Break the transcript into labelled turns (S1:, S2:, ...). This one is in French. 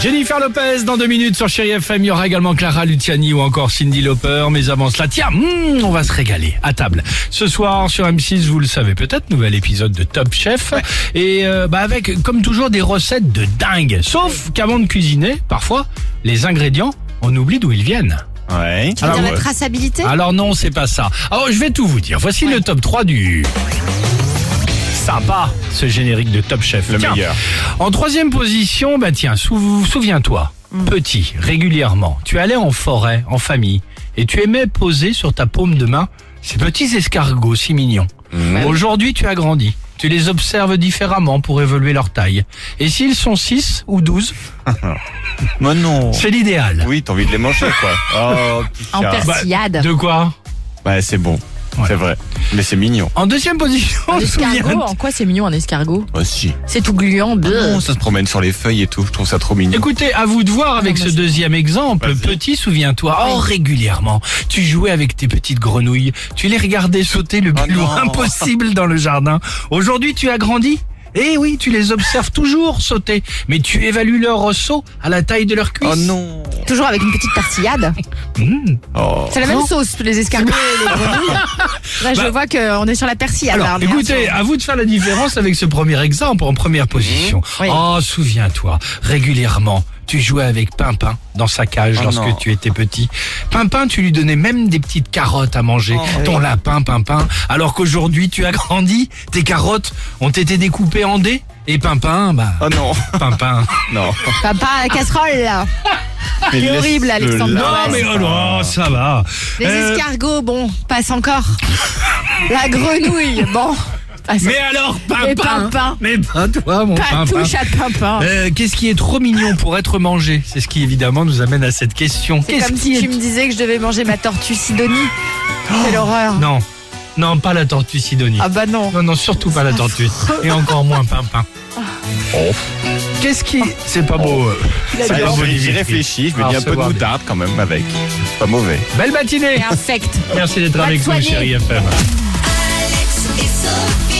S1: Jennifer Lopez dans deux minutes sur Chéri FM. Il y aura également Clara Luciani ou encore Cindy Lauper. Mais avant cela, tiens, hmm, on va se régaler à table. Ce soir sur M6, vous le savez peut-être, nouvel épisode de Top Chef. Et euh, bah avec, comme toujours, des recettes de dingue. Sauf qu'avant de cuisiner, parfois, les ingrédients, on oublie d'où ils viennent.
S2: Ah Ouais.
S1: Alors,
S3: Dire la
S1: ouais.
S3: traçabilité
S1: Alors non, c'est pas ça. Alors je vais tout vous dire. Voici le top 3 du... Sympa, ce générique de Top Chef.
S2: Le
S1: Tiens,
S2: meilleur.
S1: En troisième position, bah tiens, sou- souviens-toi,
S4: Mm.
S1: petit, régulièrement, tu allais en forêt, en famille, et tu aimais poser sur ta paume de main ces petits escargots si mignons.
S4: Mm.
S1: Aujourd'hui, tu as grandi. Tu les observes différemment pour évoluer leur taille. Et s'ils sont 6 ou 12,
S2: Mais non.
S1: c'est l'idéal.
S2: Oui, t'as envie de les manger, quoi. Oh,
S3: en
S2: putain.
S3: persillade.
S1: Ah, Bah, De quoi
S2: Ouais, c'est bon.
S1: Ouais.
S2: C'est vrai. Mais c'est mignon.
S1: En deuxième position,
S4: Un
S1: souviens-toi-
S4: escargot, en quoi c'est mignon un escargot
S2: Aussi.
S4: C'est tout gluant,
S1: Ah.
S4: bleu.
S2: Oh, ça se promène sur les feuilles et tout. Je trouve ça trop mignon.
S1: Écoutez, à vous de voir avec
S4: Non,
S1: ce
S4: mais c'est-
S1: deuxième exemple.
S2: Vas-y.
S1: Petit, souviens-toi, oh, régulièrement, tu jouais avec tes petites grenouilles, tu les regardais sauter le plus
S2: Oh non.
S1: loin possible dans le jardin. Aujourd'hui, tu as grandi Eh oui, tu les observes toujours sauter, mais tu évalues leur saut à la taille de leur cuisse.
S2: Oh non.
S3: Toujours avec une petite persillade.
S1: Mmh.
S2: Oh.
S3: C'est la même sauce, les escargots et les grenouilles. Là, je
S1: Bah.
S3: vois qu'on est sur la persillade. hein,
S1: Alors,
S3: là, on est
S1: écoutez, à vous de faire la différence avec ce premier exemple en première position.
S3: Mmh. Oui.
S1: Oh, souviens-toi, régulièrement, tu jouais avec Pimpin dans sa cage
S2: Oh
S1: lorsque
S2: non.
S1: tu étais petit. Pimpin, tu lui donnais même des petites carottes à manger,
S3: Oh,
S1: ton lapin, Pimpin. Alors qu'aujourd'hui, tu as grandi, tes carottes ont été découpées en dés et Pimpin, bah,
S2: Oh non.
S1: Pimpin.
S2: Non.
S3: Papa, casserole, là.
S2: Mais
S3: C'est horrible,
S2: laisse-le
S3: Alexandre
S2: là.
S3: Dolan.
S1: Non, mais oh non, ça va.
S3: Les
S1: Euh,
S3: escargots, bon, passe encore. La grenouille, bon. passe.
S1: mais alors,
S3: Et
S1: Pimpin.
S3: Pimpin.
S1: Mais pas toi, mon
S3: Pas
S1: Pimpin.
S3: touche à Pimpin.
S1: Euh, Qu'est-ce qui est trop mignon pour être mangé C'est ce qui évidemment nous amène à cette question.
S3: C'est
S1: Qu'est-ce
S3: comme
S1: qui
S3: si
S1: est Oh,
S3: tu me disais que je devais manger ma tortue Sidonie. Quelle horreur.
S1: Non, non, pas la tortue Sidonie.
S3: Ah bah non.
S1: Non, non, surtout pas la tortue. Et encore moins Pimpin. Qu'est-ce qui. C'est pas beau. euh.
S2: Oh, Ça,
S1: pas beau,
S2: j'y- J'y
S1: Dimitri.
S2: réfléchis. Je me
S1: Alors,
S2: dis un
S1: se
S2: peu de
S1: voir bien.
S2: moutarde quand même avec. C'est Pas mauvais.
S1: Belle matinée.
S3: Perfect.
S1: Merci d'être
S3: Pas
S1: avec
S3: de
S1: nous,
S3: soigner.
S1: chérie FM.
S5: Alex et Sophie.